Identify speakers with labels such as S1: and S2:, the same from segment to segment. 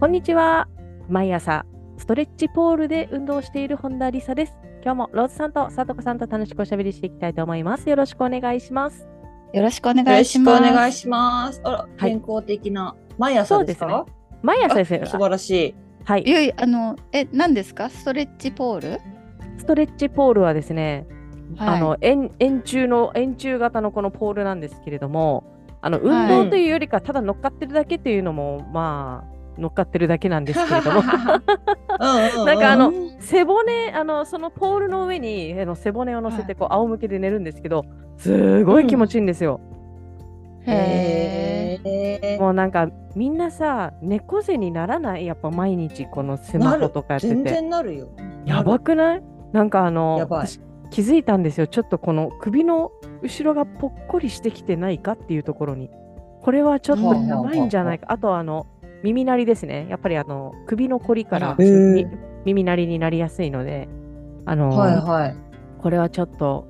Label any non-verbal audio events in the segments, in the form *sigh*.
S1: こんにちは。毎朝ストレッチポールで運動している本田理沙です。今日もローズさんとさとこさんと楽しくおしゃべりしていきたいと思います。よろしくお願いします。
S2: よろしくお
S3: よ
S2: 願
S3: ろ
S2: いし
S3: しくお
S2: ます。
S3: 願いします。あら、
S1: はい
S3: 健康的な毎朝ですか？
S1: 毎朝です
S3: 素
S1: よ。
S3: 晴らしい。、
S1: はいい。
S2: やいやあのえ何ですかストレッチポール？
S1: ストレッチポールはですね、
S2: はい
S1: あの円円柱の円柱型のこのポールなんですけれども、あの運動というよりかただ乗っかってるだけというのも、まあ乗っかってるだけなんですけれども
S3: *laughs* うんうん
S1: なんかあの
S3: うん
S1: *laughs* 背骨あのそのポールの上にあの背骨を乗せてこう仰向けで寝るんですけど、すごい気持ちいいんですよ。
S2: へ
S3: へえ。
S1: もうなんかみんなさ猫背にならないやっぱ毎日このスマホとかやって
S3: 全
S1: て
S3: 然なるよ。
S1: やばくないなんかあの
S3: やばい
S1: 私気づいたんですよちょっとこの首の後ろがぽっこりしてきてないかっていうところにこれはちょっとやばいんじゃないかあとあの耳鳴りですねやっぱりあの首のこりから
S2: へ
S3: ー
S1: み耳鳴りになりやすいのであの、
S3: はいはい。
S1: これはちょっと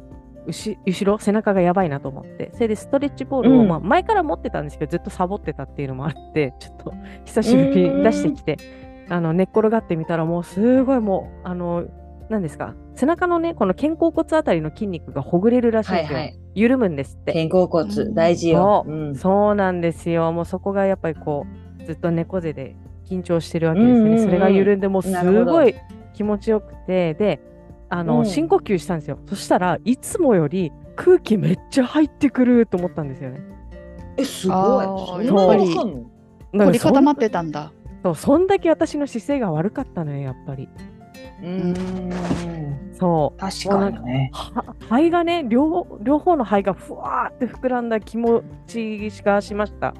S1: 後後ろ背中がやばいなと思ってそれでストレッチボールを、
S3: うん
S1: まあ、前から持ってたんですけどずっとサボってたっていうのもあってちょっと久しぶり
S3: うん
S1: に出してきてあの寝っ転がってみたらもうすごいもうあの何ですか背中のねこの肩甲骨あたりの筋肉がほぐれるらしいん
S3: は
S1: で
S3: い
S1: すよ、
S3: はい。
S1: 緩むんですって
S3: 肩甲
S2: う
S3: 骨
S2: ん
S3: 大事よ
S1: そ。
S3: う
S1: う,、
S3: ん
S1: そうなんですよもうそこがやっぱりこうずっと猫背で緊張してるわけですよね、
S3: うんうんうん
S1: それが緩んでもうす
S3: なるほ
S1: ご
S3: ど
S1: い気持ちよくてであの、
S3: うん
S1: 深呼吸したんですよそしたらいつもより空気めっちゃ入ってくると思ったんですよね
S3: えす
S2: あ
S3: ごい。
S2: ー
S3: そんな
S1: やっぱり
S3: わかんの
S1: だ
S2: 凝
S1: から
S2: り
S1: そん
S2: 固まってたんだ。
S1: そうそんだけ私の姿勢が悪かったのよやっぱり
S3: うーん。
S1: そう
S3: 確かにね。
S1: は肺がね両両方の肺がふわーって膨らんだ気持ちがしました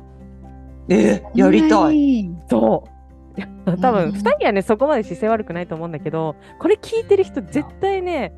S3: えやりたい。
S2: い。
S1: そう。いや多
S2: うん
S1: 分2人はね、そこまで姿勢悪くないと思うんだけど、これ聞いてる人、絶対ね、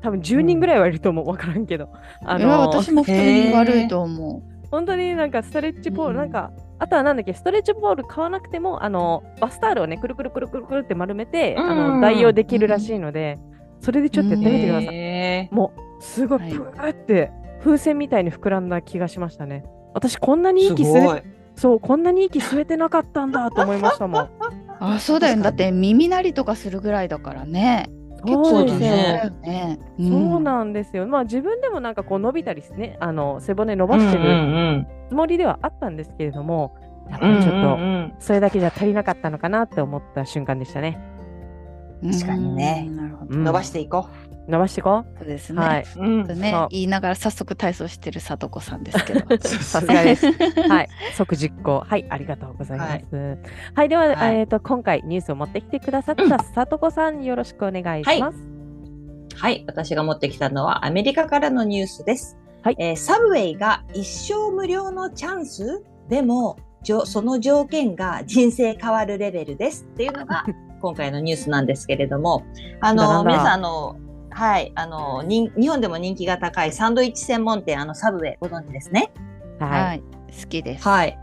S1: 多分10人ぐらいはいると思う、分からんけど、あ
S2: いや
S1: の
S2: 私も普通に悪いと思
S1: 本当になんかストレッチポール、
S2: うん
S1: なんか、あとはなんだっけ、ストレッチボール買わなくても、あのバスタオルをね、くるくるくるくるくるって丸めて、
S3: うん
S1: あの代用できるらしいので、それでちょっとやってみてください。
S3: へ
S1: もう、すごい、
S2: はい
S1: ぷーって、風船みたいに膨らんだ気がしましたね。私、こんな
S3: ー
S1: に
S3: す
S1: 息吸
S3: ご
S1: え、
S3: い。
S1: そう、こんなに息吸えてなかったんだと思いましたもん。
S2: う。あそうだよねだって耳鳴りとかするぐらいだからね。結
S1: そ
S2: 構
S1: う
S2: で
S1: ですす
S3: ね
S1: よ
S2: よね。うん
S1: そうなんですよ。まあ自分でもなんかこう伸びたりですね、あの背骨伸ばして
S3: うんう
S1: る
S3: んうん。
S1: つもりではあったんですけれども、やっ
S3: う
S1: ぱ
S3: ん
S1: りちょ
S3: う
S1: っと
S3: んうん
S1: それだけじゃ足りなかったのかなって思った瞬間でしたね。
S3: 確かにね
S2: うんなるほど。
S1: うん
S3: 伸ばしていこ
S1: 伸ばしていこ
S2: そうです
S1: う。
S2: ね。
S1: はい。
S3: う。うん
S2: ちょっとね
S1: そう
S2: 言いながら早速体操してるさとこさんですけど。
S1: *laughs* さすが
S3: *laughs*
S1: です。
S2: *laughs*
S1: はい。即実行。はい。ありがとうございます。はい。では、
S3: はい
S1: えっ、と、今回ニュースを持ってきてくださっ
S3: *clears throat*
S1: たさとこさん、よろしくお願いします。
S3: はい、私が持ってきたのはアメリカからのニュースです。
S1: はい
S3: えーサブウェイが一生無料のチャンスでも、じょその条件が人生変わるレベルですっていう
S1: *laughs*
S3: のが今回のニュースなんですけれども、あ
S1: な
S3: の、
S1: んだ
S3: 皆さん、あの、はい、あの、人日本でも人気が高いサンドイッチ専門店、あの、サブウェイご存知ですね。
S1: はい。
S2: はい。好きです。
S3: はい。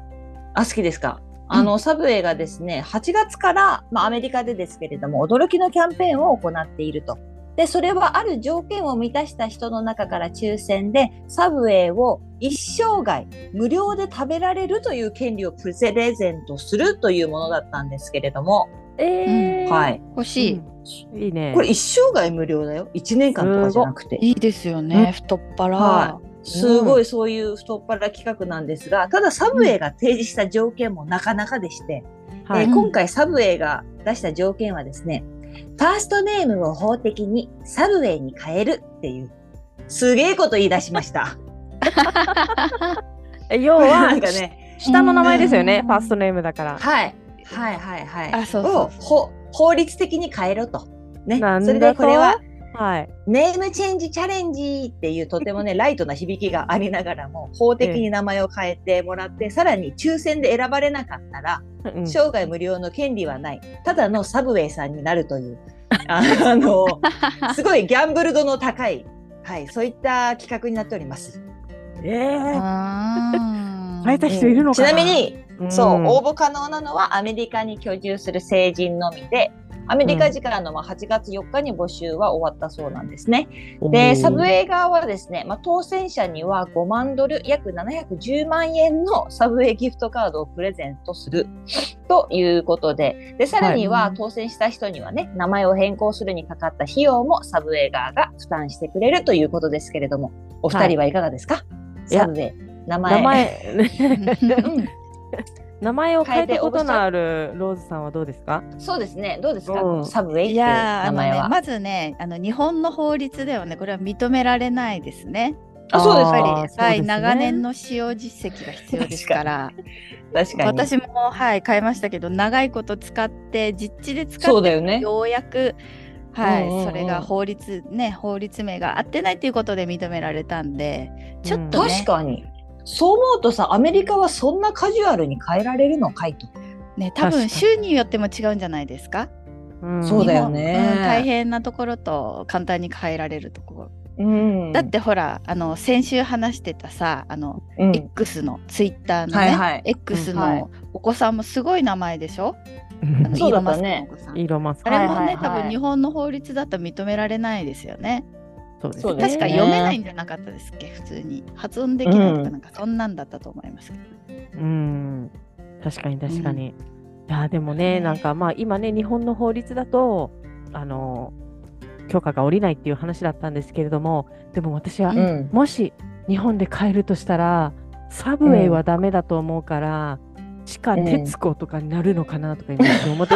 S3: あ、好きですか。あの、サブウェイがですね、8月から、まあ、アメリカでですけれども、驚きのキャンペーンを行っていると。で、それはある条件を満たした人の中から抽選で、サブウェイを一生涯無料で食べられるという権利をプレゼントするというものだったんですけれども、
S1: えー、
S3: はい。
S2: 欲しい。
S1: うん。いいね。
S3: これ一生涯無料だよ。1年間とかじゃなくて。
S2: いいですよ
S3: うん
S2: ね。太っ腹。
S3: はすごいそういう太っ腹企画なんですが、ただサブウェイが提示した条件もなかなかでして、
S1: は
S3: え
S1: い
S3: ー。今回サブウェイが出した条件はですね、ファーストネームを法的にサブウェイに変えるっていう、すげえこと言い出しました。
S1: え要は、
S3: なんかね、
S1: 下の名前ですよね。
S2: うん
S1: ファーストネームだから。
S3: *laughs* はい、はいはいはい。
S2: あそうそう
S3: をほ法律的に変えろと。ね、
S1: なん
S3: それ
S1: だ
S3: で
S1: と
S3: これは、
S1: はい。
S3: ネームチェンジチャレンジっていうとてもね、ライトな響きがありながらも、法的に名前を変えてもらって、さらに抽選で選ばれなかったら、
S1: うん
S3: 生涯無料の権利はない。ただのサブウェイさんになると
S1: *laughs*
S3: いう、あの、すごいギャンブル度の高い、はい、そういった企画になっております。
S1: ええ
S2: あー
S1: 変えた *laughs* 人いるのか
S3: ち
S1: な
S3: なみに、
S1: ん
S3: そう、応募可能なのはアメリカに居住する成人のみで、アメリカ時間のまあ8月4日に募集は終わったそうなんですね。で、サブウェイ側はですね、まあ、当選者には5万ドル、約710万円のサブウェイギフトカードをプレゼントするということで、で、さらに
S2: は
S3: はい当選した人にはね、名前を変更するにかかった費用もサブウェイ側が負担してくれるということですけれども、お二人はいかがですか、
S1: いや
S3: サブウェイ、名前。
S1: 名
S3: *laughs*
S1: 前 *laughs*
S3: うん
S1: 名前を変えたことのあるローズさんはどうですか？
S3: そうですね。どうですか、
S1: うん
S3: このサブウェイってい
S2: いうやーあ
S3: 名
S2: の
S3: 前
S2: ね
S3: は。
S2: まずねあの日本の法律ではねこれは認められないですね。
S3: あそうですか
S2: や
S1: あー
S2: っ
S1: そうで
S2: ぱり
S1: す、ね
S2: はい長年の使用実績が必要ですから。
S3: 確かに。
S2: 私もはい買いましたけど長いこと使って実地で使
S3: そう
S2: っ
S3: だよね
S2: て。ようやくはい、
S3: うんうんうん
S2: それが法律ね法律名が合ってないということで認められたんでちょっとね、
S3: 確かに。そう思うとさ、アメリカはそんなカジュアルに変えられるのかいと。
S2: ね
S1: 確
S2: 多
S1: かに
S2: 分州によっても違うんじゃないですか。
S1: うん
S3: そうだよね
S2: 日本うん大変なところと簡単に変えられるところ。
S3: うん
S2: だっ、てほらあの先週話してたさあの、
S3: うん
S2: X のツイッターのね、
S3: はいはい
S2: X
S3: うんはい
S2: のお子さんもすごい名前でしょ、あの
S3: そうだった
S2: イーロンマスクの
S3: ね
S2: お子さん
S1: イーロンマスク
S2: あれもね、
S3: はいはいはい
S2: 多分日本の法律だと認められないですよね。
S1: そうです
S3: そう
S1: ね
S3: です
S2: 確か読めないんじゃなかったですっけ、普通に。発音できないと
S3: う
S2: か、
S3: ん
S2: なんかそんなんだったと思いますけど。
S1: うん確かに確かに。いやでもね
S2: ね
S1: なんかまあ今ね日本の法律だとあの許可が下りないっていう話だったんですけれどもでも私は、
S3: うん。
S1: もし日本で買えるとしたらサブウェイはダメだと思うから、地下鉄子とかになるのかなとか今思
S3: *laughs*
S1: って、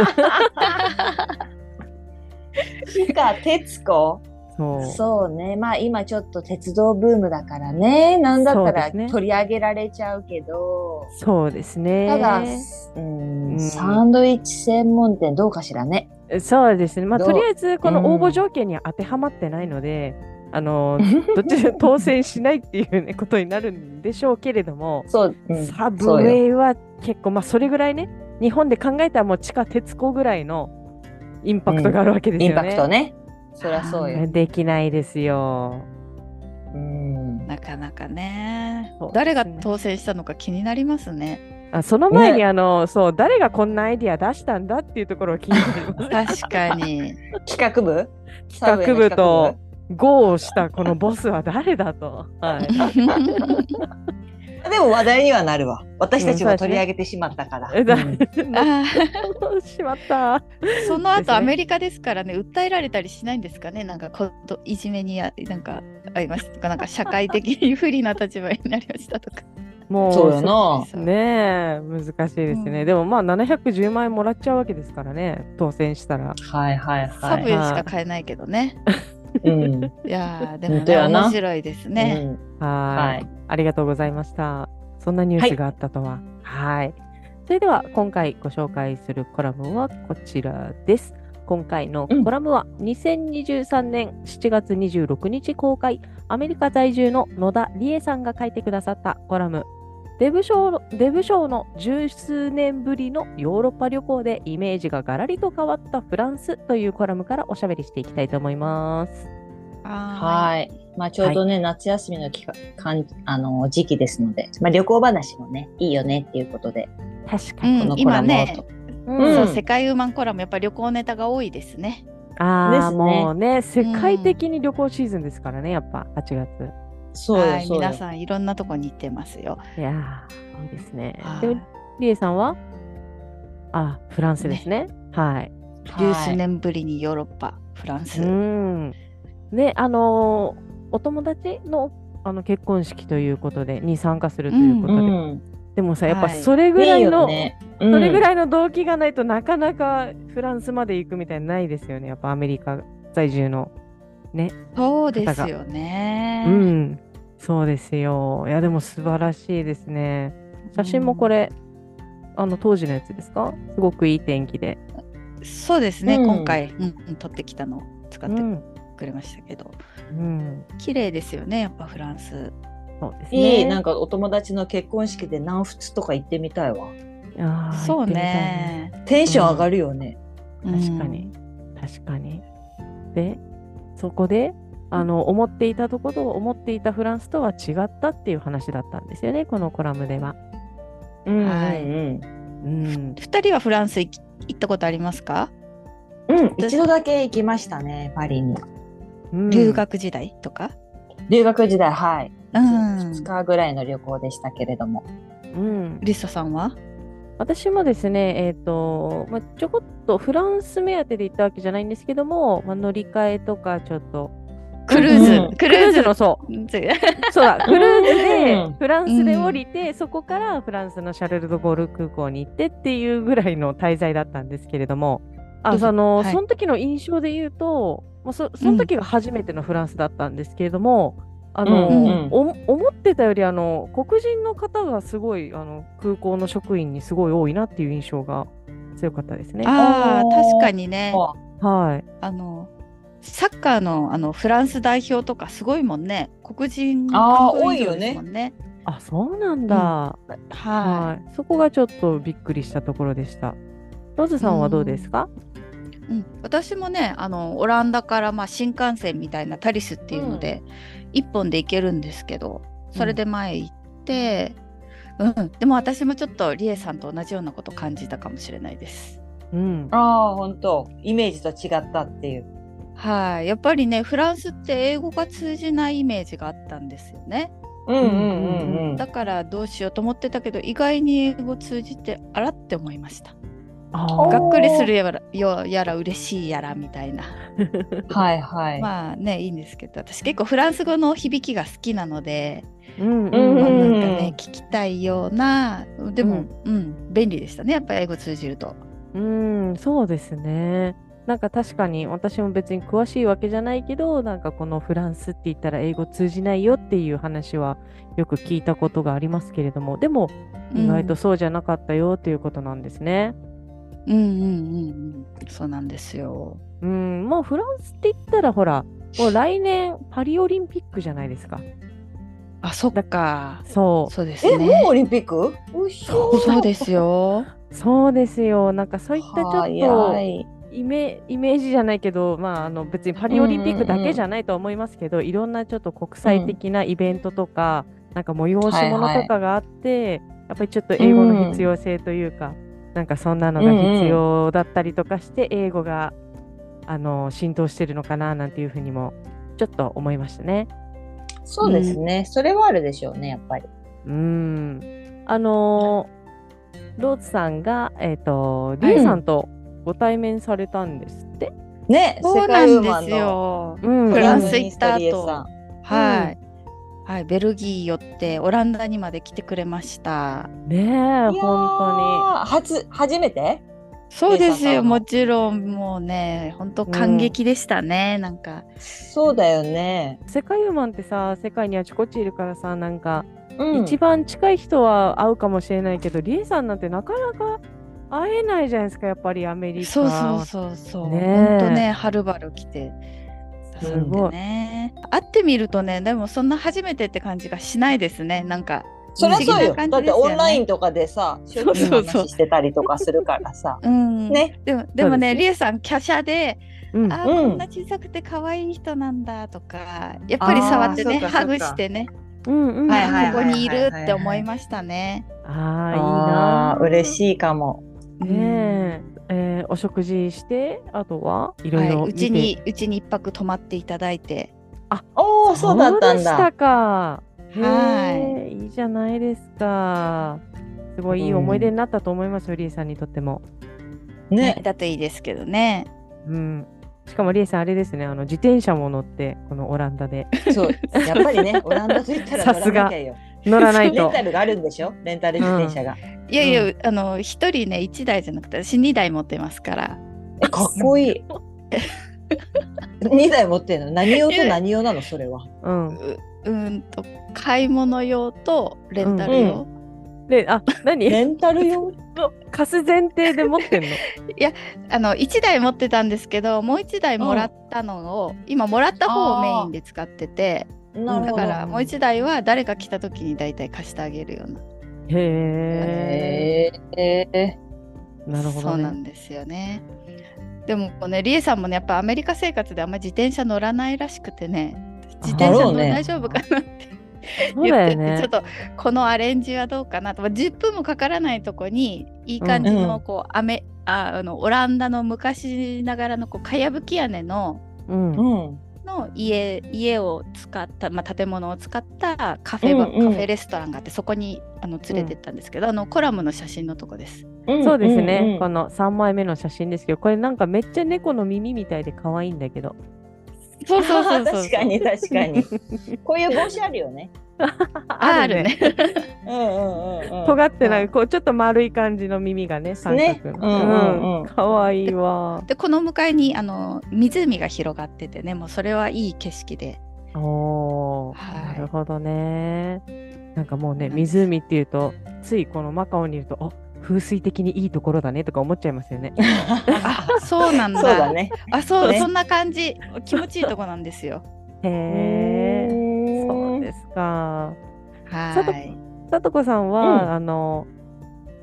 S3: 日川徹子。
S1: そう
S3: そうね。まあ今ちょっと鉄道ブームだからね。なんだった
S1: そう
S3: ら
S1: ですね
S3: 取り上げられちゃうけど。
S1: そうですね。
S3: ただ、うん
S1: うん
S3: サンドイッチ専門店どうかしら *laughs* ね。
S1: そうですね。まあ、
S3: どう
S1: とりあえず、こ
S3: うん
S1: の応募条件には当てはまってないので、あの、どっちでも当選しないっていう、ね、ことになるんでしょうけれども、
S3: そう、うん
S1: サブウ
S3: そうよ
S1: ェイは結構、まあ、それぐらいね、日本で考えたらもう地下鉄子ぐらいのインパクトがあるわけです
S3: イ
S1: よ
S3: ン
S1: ね。
S3: パクトね。そりゃそうよ。
S1: できないですよ。
S3: うん
S2: なかなかね
S1: そうですね
S2: 誰が当選したのか気になりますね。
S1: あその前に、
S3: ね
S1: あの、そう、誰がこんなアイディア出したんだっていうところを聞いて
S2: 確か
S3: *laughs*
S2: に。 *laughs*
S3: 企画部
S1: 企画部と、ゴーをしたこのボスは誰だと。はい。
S3: でも話題にはなるわ。私たちは取り上げてしまったから。
S1: えだ
S2: あー
S1: しまった。です
S2: その
S1: ね
S2: 後アメリカですからね訴えられたりしないんですかねなんかこといじめにやなんかありましたとかなんか社会的に不利な立場になりましたとか。
S1: もう
S3: そうよな。
S2: そう
S1: ねえ難しいですね、
S2: うん
S1: でもまあ710万円もらっちゃうわけですからね当選したら
S3: はいはい
S2: サ
S3: *laughs* は
S2: ブ
S3: い。
S2: ウェイしか買えないけどね。
S3: うん
S2: いや
S3: *laughs*
S2: ーでも
S3: 本当や
S2: ね
S3: な
S2: 面白いですね。
S1: はい
S3: はい
S1: ありがとうございましたそんなニュースがあったとははいそれでは今回ご紹介するコラムはこちらです今回のコラムは2023年7月26日公開、アメリカ在住の野田理恵さんが書いてくださったコラムデブ賞のデブ賞の十数年ぶりのヨーロッパ旅行でイメージがガラリと変わったフランスというコラムからおしゃべりしていきたいと思います。
S3: うん
S2: は
S3: はい。まあちょうどね、夏休みの期間かんあの時期ですので、まあ旅行話もねいいよねっていうことで
S1: 確
S2: い。
S1: かに。
S3: こ
S2: う
S3: の
S2: ん、
S3: コ
S2: 今
S3: ラムを
S2: ね
S3: と。、
S1: うん
S2: そううん世界ウーマンコラムやっぱり旅行ネタが多いですね。
S1: あ
S3: で
S1: あ、
S3: すね
S1: もうね、世界的に旅行シーズンですからね、やっぱ8月。
S3: そう
S2: は
S3: よ
S2: い
S3: そうよ
S2: 皆。さんいろんなとこに行ってますよ。
S1: いやー、いいですね。
S2: はい
S1: で、りえさんはあ、フランスですね。はい。
S2: 十
S3: は
S2: 数
S3: い
S2: 年ぶりにヨーロッパ、フランス。
S1: うん。ね、あのーお友達のあの結婚式ということで、に参加するということ
S3: う
S1: で。
S3: ん。
S1: でもさ、やっぱ
S2: はい
S1: それぐらいの、
S3: そ
S1: それぐ
S3: い
S1: らいの動機がないとなかなかフランスまで行くみたいなのないですよね。やっぱアメリカ在住の。
S2: そうですよね。
S1: うん。そうですよ。いや、でも素晴らしいですね。写真もこれ、あの当時のやつですかすごくいい天気で。
S2: そうですね、
S3: うん
S2: 今回、うんうん撮ってきたのを使って
S1: うん
S2: くれましたけど
S1: うん、
S2: 綺麗ですよねやっぱフランス
S1: そうですね。
S3: いい、なんかお友達の結婚式で南仏とか行ってみたいわ。
S1: あー
S2: そう。ね
S3: テンション上がるよね。
S1: 行ってみたい確かに、確かに。で、そこで、あの思っていたところを思っていたフランスとは違ったっていう話だったんですよね、このコラムでは。
S3: うんうんうん
S2: はい
S1: うん、
S2: 2人はフランス行き行ったことありますか、
S3: うん、一度だけ行きましたね、パリに。
S1: うん
S2: 留学時代とか
S3: 留学時代、はい。
S2: うん
S3: 2日ぐらいの旅行でしたけれども。
S1: うん、
S2: リッサさんは
S1: 私もですね、えーとまあ、ちょこっとフランス目当てで行ったわけじゃないんですけども、まあ、乗り換えとかちょっと
S2: クルーズ、
S3: うん
S2: ク
S1: ク
S2: ル
S1: ル
S2: ー
S1: ー
S2: ズ
S1: ズ
S2: の
S1: のそうそうだ、クルーズでフランスで降りて、そこからフランスのシャルル・ド・ゴール空港に行ってっていうぐらいの滞在だったんですけれども、
S2: ど
S1: あ
S2: うぞ
S1: その
S2: はい
S1: その時の印象で言うと、まあ、そその時が初めてのフランスだったんですけれども、あの
S2: うん
S1: お思ってたよりあの黒人の方がすごいあの空港の職員にすごい多いなっていう印象が強かったですね。
S2: ああ
S3: おー
S2: 確かにね
S3: お
S1: はい、
S2: あのサッカーのあのフランス代表とかすごいもんね黒人
S3: あー
S2: 半分以上
S3: 多いよね
S2: ですもんね
S1: あそうなんだ、
S2: は
S1: はい、そこがちょっとびっくりしたところでした。ロズさんはどうですか、
S2: い、うん、私もねあのオランダからまあ新幹線みたいなタリスっていうので、一本で行けるんですけどそれで前行って、うんでも私もちょっとリエさんと同じようなこと感じたかもしれないです。
S1: うん
S3: ああ、本当イメージと違ったっていう。
S2: はい、やっぱりねフランスって英語が通じないイメージがあったんですよね。
S3: うん
S1: うんうんうん
S2: だからどうしようと思ってたけど意外に英語通じてあらって思いました。
S1: あ
S3: お
S1: ー
S3: ー
S2: がっくりするやらよやら嬉しいやらみたいな
S3: はいはい。
S2: まあねいいんですけど私結構フランス語の響きが好きなので、
S1: うんう
S3: うん
S2: まあ
S1: ん
S2: なんかね聞きたいようなでも、うん便利でしたねやっぱり英語通じると。
S1: うん、うん、そうですね。なんか確かに私も別に詳しいわけじゃないけど、なんかこのフランスって言ったら英語通じないよっていう話はよく聞いたことがありますけれども、でも意外とそうじゃなかったよということなんですね。
S2: うんうんうんうんそうなんですよ。
S1: うん、もうフランスって言ったらほら、もう来年パリオリンピックじゃないですか。
S2: あそっか
S1: そう。
S2: そうです
S3: え、もう
S2: ね。
S3: オリンピックう
S2: そうそうですよ。
S1: そうですよ。なんかそういったちょっと
S3: 早い。
S1: イメイメージじゃないけど、まあ、あの別にパリオリンピックだけじゃないと思いますけど、いろんなちょっと国際的なイベントとか、なんか催し
S3: はい
S1: 物
S3: はい
S1: とかがあって、やっぱりちょっと英語の必要性というか、なんかそんなのが必要だったりとかして、英語があの浸透してるのかななんていうふうにもちょっと思いましたね。
S3: そうですね。それはあるでしょうね、やっぱり。
S1: うんあのーローズさんが、えっとリュウさんとご対面されたんですって。
S3: ね、
S2: そう
S3: 世
S2: な
S3: 界
S2: ん
S3: ウーマン
S2: です
S3: の。
S2: よ。
S1: うん
S2: フランス行った後
S3: リエさん
S2: はい、はい、ベルギー寄ってオランダにまで来てくれました。
S1: ねえ、本
S3: いやー初初めて
S2: そうです
S3: 姉さんから
S2: よ
S3: も
S2: もちろんもうね本当感激でしたね、なんか
S3: そうだよね
S1: 当、に。世界ウーマンってさ、世界にあちこちいるからさ、なんか、
S3: うん、
S1: 一番近い人は会うかもしれないけど、リエさんなんてなかなか会えないじゃないですか、やっぱりアメリカ。
S2: そうそうそうそう
S1: ねえ
S2: 本当ねはるばる来て。
S1: す
S2: なん
S1: ご
S2: で
S1: い。
S2: ね、会ってみるとねでもそんな初めてって感じがしないですねなんか
S3: そりゃそうよ
S2: 不思議な感じ
S3: だっ
S2: です
S3: て
S2: よね
S3: オンラインとかでさ
S2: そ
S3: 初
S2: うそうそう
S3: 期の話してたりとかするからさ
S2: うん、
S3: ね
S2: でもでも
S1: そうですね
S2: ねりえさん華奢で
S1: うん、
S2: あー、
S3: うん
S2: こんな小さくて可愛い人なんだとかやっぱり触ってね
S3: あーそうかそうか
S2: ハグしてね、
S1: うん、うん。
S2: はい
S3: はいはい
S2: ここにいるって思いましたね。
S1: ああ、いい
S3: あ
S1: な
S3: ー嬉しいかも
S1: い。ねえ、えーお食事して、あとはいろ
S2: はいい、
S1: ろ
S2: う
S1: 見て。
S2: ちにうちに一泊泊まっていただいて、
S3: おおそうだった
S1: そ
S3: ん
S1: うでし
S3: だ
S1: たか。。
S2: はい
S1: いいじゃないですか。すごいいい思い出になったと思いますよ、リエさんにとっても。
S2: ね
S3: ね
S2: だといいですけどね。
S1: うん、しかもリエさんあれですねあの自転車も乗ってこのオランダで
S3: そうやっぱりねオランダといったら乗らなきゃよ
S1: 乗らない
S3: *laughs* レン
S1: と
S3: タルがあるんでしょレンタル自転車が、
S2: いやいや、あの一人ね一台じゃなくて私二台持ってますから。
S3: えかっこいい二台持ってんの何用と何用なのそれは
S1: うん
S2: ううーんと買い物用とレンタル用、
S1: ねあ何、
S3: レンタル用
S1: 貸す前提で持ってんの
S2: あの1台持ってたんですけどもう1台もらったのを、今もらった方をメインで使ってて
S3: なるほ
S2: だ
S3: ど。
S2: からもう1台は誰か来た時に大体貸してあげるような
S1: へえ
S3: へえ。
S1: なるほ
S2: そ
S1: ど
S2: うな
S1: ね
S2: んですよね。でもこうね、リエさんもね、やっぱアメリカ生活であんま自転車乗らないらしくてね、自転
S3: だろ
S2: 車
S3: うね
S2: 大丈夫かなって
S1: そう
S2: 言っ
S1: だ
S2: てて、
S1: よね
S2: ちょっとこのアレンジはどうかなと、まあ10分もかからないとこに、いい感じのこう、アメああのオランダの昔ながらのこうかやぶき屋根の
S1: うん
S3: うん。
S2: の家家を使った、まあ、建物を使ったカフェバ、
S3: うんうん
S2: カフェレストランがあってそこにあの連れてったんですけど、あのコラムの写真のとこです。
S1: そうですね、
S3: うんうん *laughs*
S1: この3枚目の写真ですけどこれなんかめっちゃ猫の耳みたいで可愛いんだけど
S2: そうそう *laughs* そうそう
S3: 確かに確かに。こういう帽子あるよね。
S2: あるね。
S3: うんうんうんうん。
S1: 尖ってない、
S3: うん
S1: こうちょっと丸い感じの耳がね三
S3: ね
S1: 角の、
S3: うんうんうん
S1: 可愛いわ
S2: でこの向かいにあの湖が広がっててねもうそれはいい景色で
S1: おー、
S2: はい
S1: なるほどねなんかもうね
S2: なんです
S1: 湖っていうとついこのマカオにいるとあ風水的にいいところだねとか思っちゃいますよね
S2: あ *laughs* そうなんだ
S3: *laughs* そうだね。
S2: あそう、
S3: ね
S2: そんな感じ気持ちいいとこなんですよ
S1: へえそう
S3: ー
S1: ですか
S2: は
S1: さと
S2: い
S1: さとこさんは、
S3: うん
S1: あの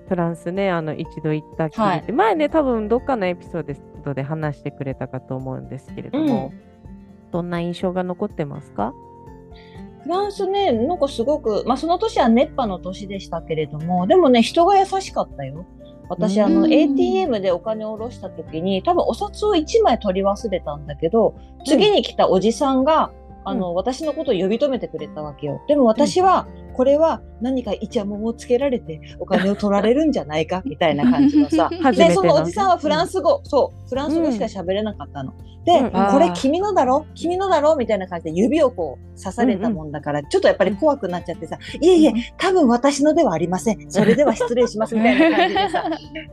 S1: フランスねあの一度行ったきりで、
S3: はい
S1: 前ね多分どっかのエピソードで話してくれたかと思うんですけれども、どんな印象が残ってますか、
S3: フランスね、なんかすごく、まあ、その年は熱波の年でしたけれども、でもね、人が優しかったよ。私、あ
S2: う
S3: の、
S2: ん
S3: ATM でお金を下ろした時に、多分お札を1枚取り忘れたんだけど、次に来たおじさんが、あの、私のことを呼び止めてくれたわけよ。でも私は、これは何かイチャモンをつけられて、お金を取られるんじゃないか、みた *laughs* いな感じのさ。
S1: 初めて
S3: で、そのおじさんはフラン
S1: ス
S3: ス語、そう、フランス語しか喋れなかったの。で、
S1: うん
S3: これ君のだろ君のだろみたいな感じで指をこう刺されたもんだから、ちょっとやっぱり怖くなっちゃってさ、いえいえ、多分私のではありません。それでは失礼しますみたいな感じで *laughs* さ、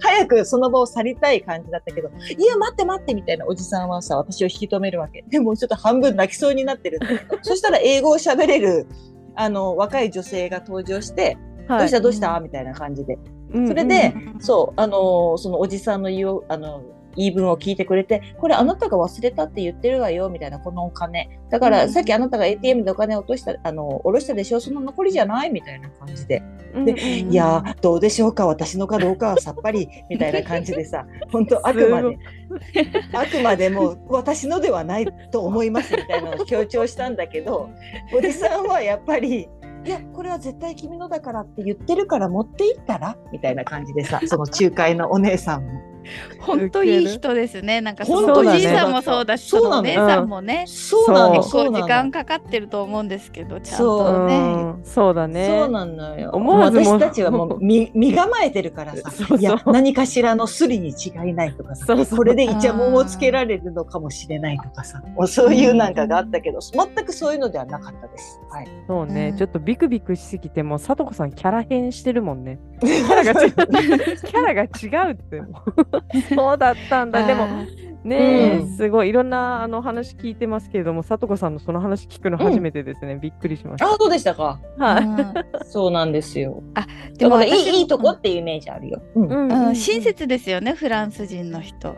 S3: 早くその場を去りたい感じだったけど、いや、待って待ってみたいなおじさんはさ、私を引き止めるわけ。でもちょっと半分泣きそうになってるんだけど、そしたら英語を喋れる、あの、若い女性が登場して、どうしたどうしたみたいな感じで。それで、そう、あのーそのおじさんの言う、あのー言い分を聞いてくれて、これあなたが忘れたって言ってるわよ、みたいな、このお金。だか
S1: う
S3: ら、
S1: ん
S3: さっきあなたが ATM でお金を落とした、あのー、下ろしたでしょその残りじゃないみたいな感じで。でいやー、どうでしょうか私のかどうかはさっぱり、みたいな感じでさ、本当あくます
S1: ご
S3: で、あくまでも私のではないと思います、みたいなのを強調したんだけど、おじさんはやっぱり、いや、これは絶対君のだからって言ってるから持っていったらみたいな感じでさ、その仲介のお姉さんも。
S2: 本当いい人ですねなんかそ
S1: ほ
S2: の
S1: ん
S2: お
S1: と
S2: じ
S1: いい
S2: い
S1: 人
S2: さんもそうだし
S3: そう
S2: その
S3: なの
S2: お姉さんもね
S3: そう
S1: なの
S2: 結構
S3: そうな
S2: 時
S3: の
S2: 間かかってると思うんですけどちゃん
S3: そ
S2: とね
S1: うんそうだね
S3: そうなのよ。
S1: 思わずも
S3: 私たちは *laughs* もう身身構えてるからさ、
S1: そうそう
S3: いや何かしらのスリに違いないとかさ、
S1: そうそう
S3: これでイチャモンをつけられるのかもしれないとかさ、もうそういうなんかがあったけど、全くそういうのではなかったです。はい。
S1: そうね、
S2: うん
S1: ちょっとビクビクしすぎてもうさとこさんキャラ変してるもんねキャラが違う
S3: *laughs*
S1: キャラが違うってもう
S2: *laughs*
S1: そうだったんだでも
S2: あー
S1: ねえ、
S3: うん
S1: すごいいろんなあの話聞いてますけれどもさとこさんのその話聞くの初めてですね、びっくりしました
S3: あ、どうでしたか。
S1: はい、
S3: そうなんですよ。
S2: で
S3: で
S2: も
S3: もい
S2: 私も
S3: いいいとこっていうイメージあるよ。うん
S1: うん
S2: うんうん親切ですよねフランス人の人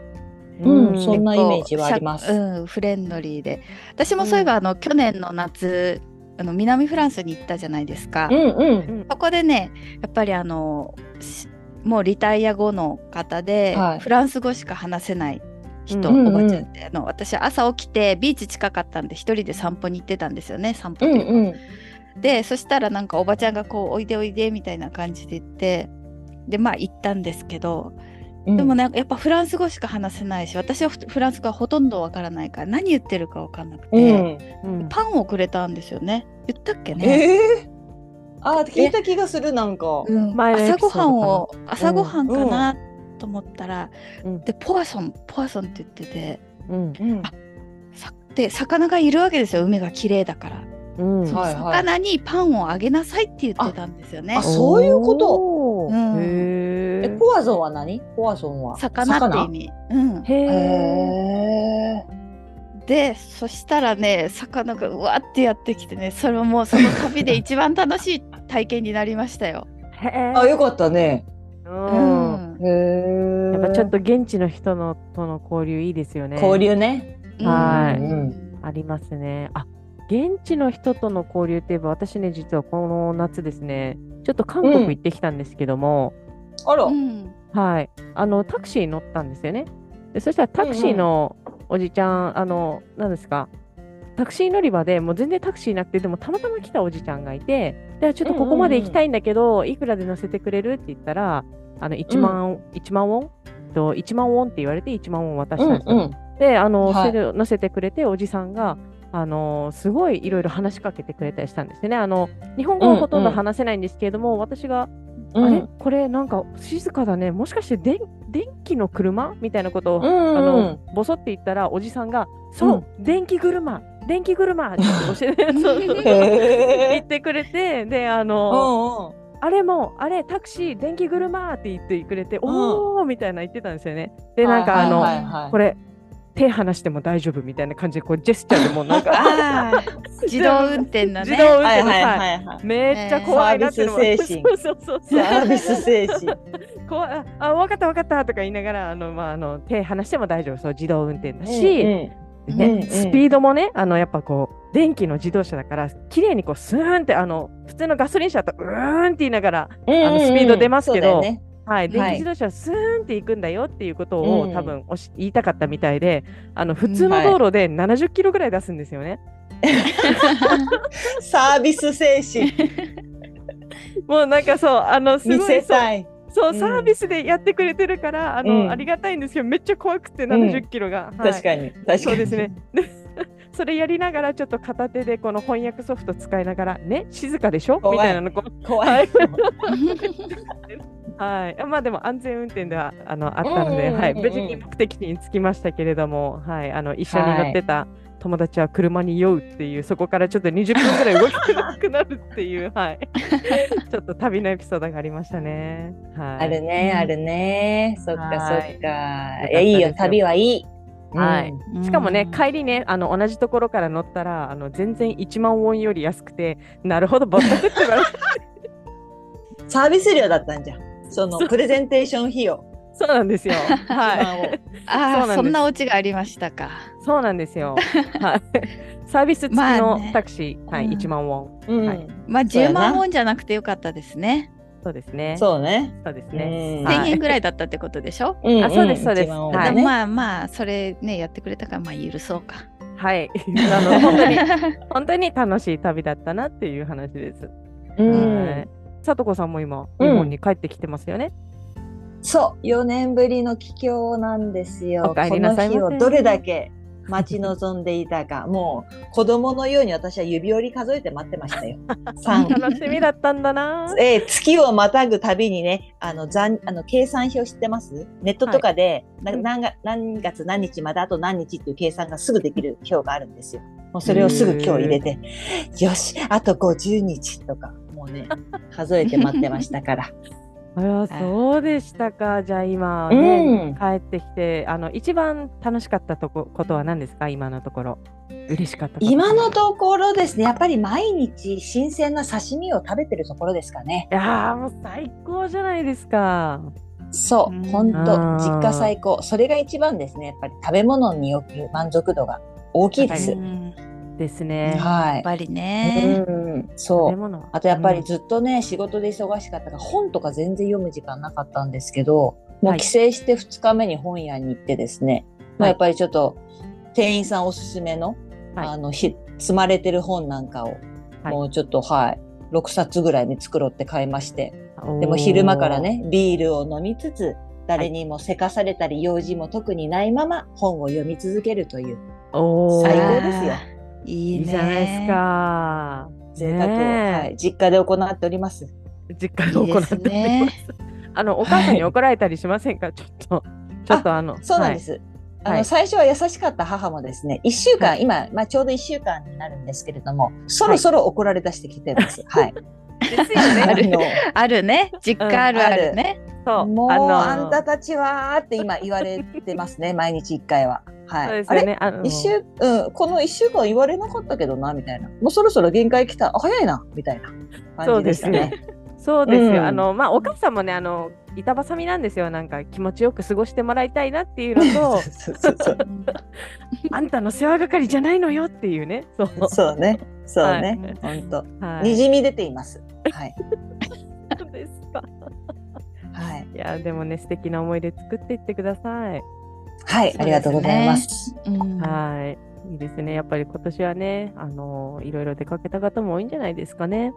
S3: うんそん
S1: う
S3: なイメージはあ
S2: こう
S3: ります
S2: しゃうん、フレンドリーで。私もそういえば、あの去年の夏、あの南フランスに行ったじゃないですか。
S3: うんうん。
S2: そこでね、やっぱりあのしもうリタイア後の方で、
S3: はい
S2: フランス語しか話せない人、
S1: うん
S2: おばちゃんって、あの私朝起きてビーチ近かったんで一人で散歩に行ってたんですよね、散歩
S3: う
S2: と
S3: ん
S2: いうか。
S3: うん。
S2: でそしたらなんかおばちゃんがこうおいでおいでみたいな感じで言って。でまあ行ったんですけど
S3: うん
S2: でもねやっぱフランス語しか話せないし私はフランス語はほとんどわからないから何言ってるかわかんなくて、
S3: うん。
S1: うん
S2: パンをくれたんですよね言ったっけね、
S3: ええ。あ、聞いた気がするなんか。
S2: うん
S1: 前のエピソ
S2: 朝
S1: ード
S2: ご
S1: かな
S2: はんを朝ごはんかな、と思ったら、
S1: うん
S2: でポワソンポワソンって言ってて
S1: うん
S3: うん
S2: さで魚がいるわけですよ海が綺麗だから、
S1: うん
S3: はいはい。
S2: 魚にパンをあげなさいって言ってたんですよね
S3: あそういうこと
S1: おー
S2: うん
S1: へ
S3: え、
S1: え
S3: ポワゾンは何ポワゾンは。
S2: 魚って意味、うん、
S1: へえ
S3: 魚。へー
S2: でそしたらね魚がうわってやってきてねそれももうその旅で一番楽しい体験になりましたよ
S1: へえ
S3: あ、よかったね。
S1: うん
S2: うん
S3: へえ。
S1: やっぱちょっと現地の人のとの交流いいですよね。
S3: 交流ね。
S1: はい
S2: うん
S1: ありますね。あ現地の人との交流といえば私ね実はこの夏ですねちょっと韓国行ってきたんですけども、
S3: あら
S2: う。ん
S1: はいあのタクシーに乗ったんですよね。でそしたらタクシーのおじちゃん、あの何ですかタクシー乗り場でもう全然タクシーなくてでもたまたま来たおじちゃんがいてでちょっとここまで行きたいんだけど、いくらで乗せてくれるって言ったらあの1万、1万ウォンえっと1万ウォンって言われて1万ウォン渡したんですよ。
S3: ん。
S1: で、あの、
S3: は
S1: そ
S3: い
S1: れで乗せてくれて、おじさんが、あの、すごいいろいろ話しかけてくれたりしたんですね。あの、日本語はほとんど話せないんですけれども、私が、
S3: う
S1: あ
S3: ん
S1: れこれなんか静かだね。もしかして電電気の車みたいなことを、
S3: う
S1: あ
S3: んう
S1: の
S3: ん。、
S1: ボソって言ったら、おじさんが、そう、電気車電気車って教
S3: *laughs*
S1: えて、そうそう
S3: へ
S1: 言
S3: え。
S1: ってくれて、で、あ
S3: う
S1: の、
S3: んうん。
S1: あれも、あれ、タクシー、電気車って言ってくれて、おーみたいな言ってたんですよね。で、なんかあの、
S3: はいはいはい
S1: これ手離しても大丈夫みたいな感じでこうジェスチャーでもうなんか
S2: あー自動運転だ
S1: *laughs* 自動運
S2: *laughs* ね。
S3: はい
S1: 転の
S3: はい
S1: さ
S3: はいはい。
S1: めっちゃ怖いなっていうのも
S3: サービス精神
S1: *laughs* そうそうそう
S3: サービ
S1: そう
S3: ス精神。
S1: 怖いあ分かった分かったとか言いながらあの、まあ、あの手離しても大丈夫そう自動運転だし、
S3: うん
S1: ね
S3: うんうん
S1: スピードもねあのやっぱこう電気の自動車だから綺麗にこうスーンってあの普通のガソリン車だとうーんって言いながら、
S3: うんうんうん
S1: あのスピード出ますけど
S3: そうだよね
S1: はい、電
S3: は
S1: 気
S3: い
S1: 自動車はスーンって行くんだよっていうことを、
S3: うん
S1: 多分おし言いたかったみたいであの普通の道路で70キロぐらい出すんですよね。
S3: サービス精神
S1: もうなんかそう、あの、す
S3: 見
S1: ごい
S3: せ
S1: そう、
S3: たい。
S1: そう
S3: うん
S1: サービスでやってくれてるから、あの、
S3: うん
S1: ありがたいんですけど、めっちゃ怖くて、
S3: ん
S1: 70キロが。はい
S3: 確かに。確かに。
S1: そうですね。 *laughs* でそれやりながら、ちょっと片手でこの翻訳ソフト使いながら、ね、静かでしょ
S3: 怖い
S1: みたいなのこう
S3: 怖
S1: はいい。はい。まあでも安全運転ではあのあったので、
S3: うんうんうんうん
S1: はい、無事に目的地に着きましたけれども、はい、あの一緒に乗ってた友達は車に酔うっていう、そこからちょっと20分ぐらい動けなくなるっていう、
S3: *laughs*
S1: はい、ちょっと旅のエピソードがありましたね。はい。
S3: あるね、あるね。そっか、そ
S1: はいよかっ
S3: っか。
S1: た
S3: いや、い
S1: で
S3: い
S1: す
S3: よ
S1: よ、
S3: 旅はいい。
S1: はい
S3: うん
S1: しかもね、帰りね、あの同じところから乗ったら、あの全然1万ウォンより安くて、なるほど、ぼったくって言われ
S3: *laughs*
S1: た
S3: サービス料だったんじゃん。その
S1: そう
S3: プレゼンテーション費用。
S1: そうなんですよ。はい。
S3: *laughs* い。
S2: あ
S1: そうなんで
S2: あ
S1: す
S2: そんなオチがありましたか。
S1: そうなんです
S3: *laughs*
S1: よ。はい。サービス付き
S2: まあ
S1: の
S2: ね
S1: タクシー、はい、
S2: うん
S1: 1万ウォン。
S3: う
S1: はい
S3: ん。
S2: まあ
S3: そうや
S2: 10
S3: な
S2: 万ウォンじゃなくてよかったですね。
S1: そうですね。そう
S3: そうね。
S1: ですね
S3: う。ん
S1: はい
S2: 1000円ぐらいだったってことでしょ。
S3: うん
S1: あそうですそうです
S3: 一番多い
S1: はい
S2: で
S3: ね
S2: まあまあそれねやってくれたからまあ許そうか。
S1: はい。 *laughs* あの、本当に、本当に楽しい旅だったなっていう話です。
S3: う
S1: は
S3: ん
S1: い。さとこさんも今、
S3: うん
S1: 日本に帰ってきてますよね。
S3: そう、4年ぶりの帰郷なんです
S1: お
S3: よ。
S1: 帰りなさいませ
S3: この日をどれだけ待ち望んでいたか、もう子供のように私は指折り数えて待ってまし
S1: *laughs*
S3: たよ。
S2: う
S3: 三
S2: ん
S1: 楽しみだったんだな。
S3: えー月をまたぐたびにね、あの、残あの計算表知ってますネットとかで、
S1: い
S3: な何が何月何日まであと何日っていう計算がすぐできる表があるんですよ。もうそれをすぐ今日入れて、よし、あと50日とか、もうね、数えて待ってましたから。
S1: あら、そうでしたか。じゃあ今、
S3: う
S1: ね、
S3: ん。
S1: 帰ってきて、あの、一番楽しかったとこことは何ですか今のところ。嬉しかったこと。
S3: 今の
S1: い
S3: ところですね、やっぱり毎日新鮮な刺身を食べてるところですかね。
S1: やーもう最高じゃないですか。
S3: そうう、
S2: ん
S3: 本当
S1: あー
S3: 実家最高。それが一番ですね、やっぱり食べ物による満足度が大きいで
S1: は
S3: す。
S1: い
S2: うんやっ
S1: ですね。
S3: はい。
S2: ぱりね。
S3: うん、
S1: 食
S3: そ
S1: べ
S3: う。
S1: 物は
S3: あとやっぱ
S1: う
S3: り
S1: ん
S3: ずっとね、仕事で忙しかったから本とか全然読む時間なかったんですけど、も
S1: は
S3: う
S1: い
S3: 帰省して2日目に本屋に行ってですね、
S1: は
S3: まあ
S1: い
S3: やっぱりちょっと店員さんおすすめの、
S1: はい
S3: あの、ひ積まれてる本なんかを、
S1: はい
S3: もうちょっとはい、6冊ぐらい見繕って買いまして、で
S1: お
S3: も
S1: ー
S3: 昼間からね、ビールを飲みつつ、誰にもせかされたり、用事も特にないまま本を読み続けるという
S1: おー
S3: 最高ですよ
S2: あー。いい
S1: い
S2: ね。
S1: いじゃないですか。
S3: 贅沢を、
S1: ねえ
S3: はい、実家で行っております。
S1: 実家で
S2: いい
S1: 行
S2: で
S1: って
S2: す
S1: ます。
S2: ね。
S1: あのお母さん
S3: はい
S1: に怒られたりしませんか、ちょっと。ちょっとあの。
S3: そうなんです。あの、
S1: はい
S3: 最初は優しかった母もですね、一週間、
S1: は
S3: 今、まあ、ちょうど一週間になるんですけれども、そろそろ怒られ出してきてます。はい。
S1: *laughs* はい。ですよ
S2: あ
S1: ね。
S2: るあるね。実家あるあるね。
S1: そ
S3: あの
S1: う。
S3: もう、
S1: あの
S3: あんたたちはーって今言われてますね、毎日一回は。はい。
S1: そうです
S3: あ
S1: よ
S3: れ
S1: ね。あの
S3: 一週、うん、この一週間言われなかったけどな、みたいな。もうそろそろ限界来た。あ、早いな、みたいな感じでした
S1: そう
S3: ね。
S1: そうですよ、
S3: うん
S1: あのまあお母さんもねあの板挟みなんですよなんか気持ちよく過ごしてもらいたいなっていう
S3: *laughs*
S1: のと
S3: そうそうそう
S1: あんたの世話係じゃないのよっていうね *laughs* そう
S3: そうね。そうね。本当。にじみ出ています。はい。
S1: そうですか
S3: はい。
S1: いやでもね素敵な思い出作っていってください
S3: はい。ありがとうございます。
S2: うん
S1: はいいいですねやっぱり今年はねあのいろいろ出かけた方も多いんじゃないですかね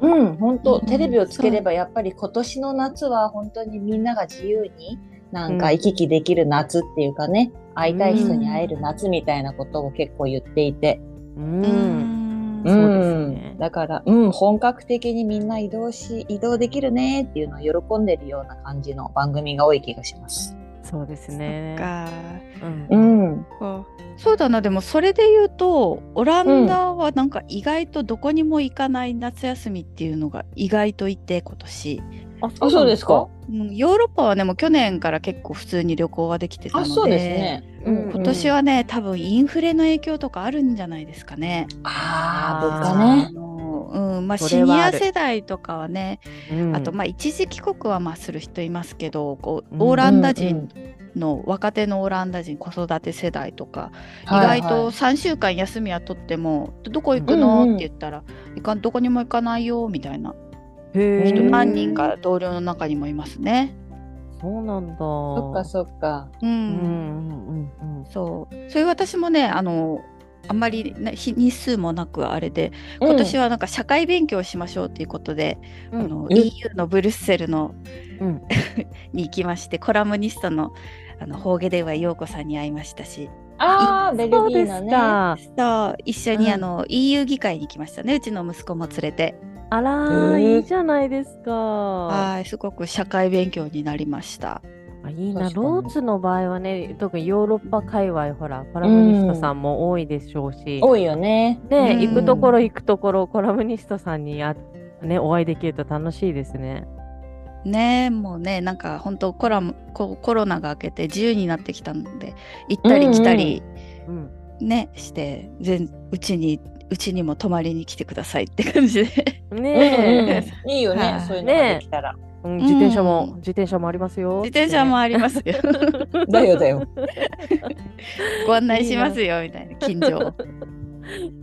S3: うん、本当、
S2: うん
S3: テレビをつければやっぱり今年の夏は本当にみんなが自由になん
S1: う
S3: か
S1: ん
S3: 行き来できる夏っていうかね、会いたい人に会える夏みたいなことを結構言っていて、
S1: うんう
S2: うん
S1: んそうですね
S3: んだから、うん、本格的にみんな移動し移動できるねっていうのを喜んでるような感じの番組が多い気がします。
S1: そうです
S2: そ
S1: ね
S2: っか
S1: うん
S3: うん、
S2: こうそうだなでもそれで言うとオランダはなんか意外とどこにも行かない夏休みっていうのが意外といて今年、
S1: あ
S3: あ、そうですか。
S2: うん、ヨーロッパはねもう去年から結構普通に旅行はできてたの
S3: あ、
S2: で
S3: そうですね。
S1: うん
S2: 今年。はね多分インフレの影響とかあるんじゃないですかね。
S3: ああ、物
S1: あ
S3: 価
S2: あ
S3: ね。
S2: のうんまあ、
S1: そ
S2: シ
S1: れ
S2: ニ
S1: はあ
S2: ア
S1: る
S2: 世代とかはね、
S1: うん
S2: あとまあ一時帰国はまあする人いますけどこう
S1: うん
S2: オランダ
S3: うんう
S2: 人
S3: ん
S2: の若手のオランダ人子育て世代とか、
S3: はい
S2: 意外と3週間休みは取っても「どこ行く
S3: う
S2: の?」
S3: んうん
S2: って言ったら、いかん「どこにも行かないよ」みたいな
S1: へ
S2: 人
S1: ー
S2: 何人か同僚の中にもいますね。
S1: そうなんだ
S3: そっか、そっか。
S2: う
S1: うん
S2: ん
S1: うんうん
S2: そうそういう私もねあのあんまりね日日数もなくあれで今年はなんか社会勉強しましょうということで、
S1: うん
S2: あの
S3: え
S2: EU のブリュッセルの、
S1: うん
S2: に行きましてコラムニストのあのホーゲデワ陽子さんに会いましたし
S3: ああ、ベルギ
S1: そうで
S3: ー
S1: す
S3: のね。
S1: か
S2: そう一緒に、
S3: うん
S2: あの EU 議会に行きましたねうちの息子も連れて
S1: あらー、
S3: へー
S1: いいじゃないですか。
S2: はいすごく社会勉強になりました。
S1: あいいな、
S3: 確かに
S1: ローツの場合はね、特にヨーロッパ界隈、ほら、コラムニストさんも多いでしょうし、
S3: 多いよね。
S1: ね、
S2: うん
S1: 行くところ行くところ、コラムニストさんにあ、ね、お会いできると楽しいですね。
S2: ねえもうねなんか本当コラムココロナが明けて自由になってきたので行ったり来たり、
S1: うん、
S2: ねして全うちにうちにも泊まりに来てくださいって感じで
S1: ねえ、
S3: いいよ
S2: は
S3: ね
S2: い。
S3: そういうのができたら。
S1: うん自転車
S2: う
S1: も
S2: ん
S1: 自転車もありますよ。
S2: 自転車もありますよ
S1: *laughs*
S3: だよだよ。
S2: ご案内しますよみたいな近所を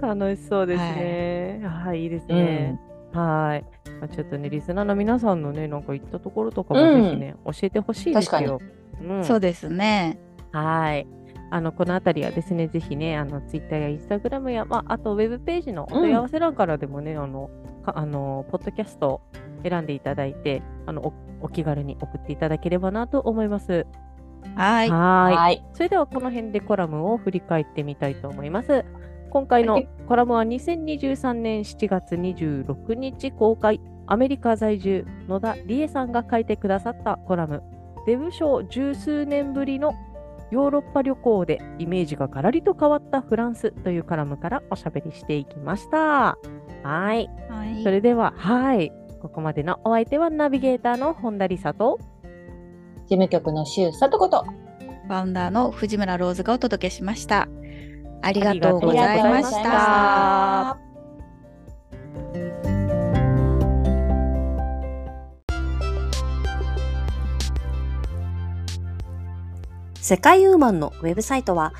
S1: 楽しそうですね。はい、い、いですね。はい。まあちょっとね、リスナーの皆さんのね、なんか行ったところとかも
S3: うん
S1: ぜひね、教えてほしいですよ。うん
S2: そうですね
S1: はい。あのこのあたりはですね、ぜひね、あのツイッターやインスタグラムや、まあ、あとウェブページのお問い合わせ欄からでもね、あのかあのポッドキャストを選んでいただいて、あのおお気軽に送っていただければなと思います。
S2: はい
S1: はーい
S3: はい。
S1: それではこの辺でコラムを振り返ってみたいと思います。今回
S3: は
S1: の
S3: い
S1: コラムは2023年7月26日公開、アメリカ在住、野田理恵さんが書いてくださったコラム、デブ賞十数年ぶりのヨーロッパ旅行でイメージがガラリと変わったフランスというコラムからおしゃべりしていきました。はい。
S2: はい
S1: それでは、はい。ここまでのお相手はナビゲーターの本田理沙と、
S3: 事務局の周佐とこと。
S2: ファウンダーの藤村ローズがお届けしましたありがとうござ
S1: あ
S2: い
S1: り
S2: ま
S1: がとうござ
S2: し。
S1: いました
S4: 世界ウーマンのウェブサイトは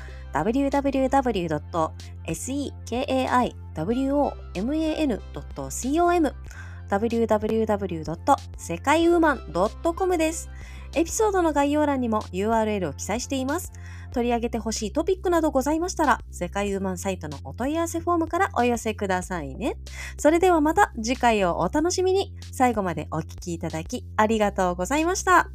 S4: www.sekaiwoman.com www.sekaiwoman.com です。エピソードの概要欄にも URL を記載しています。取り上げてほしいトピックなどございましたら、世界ウーマンサイトのお問い合わせフォームからお寄せくださいね。それではまた次回をお楽しみに。最後までお聞きいただきありがとうございました。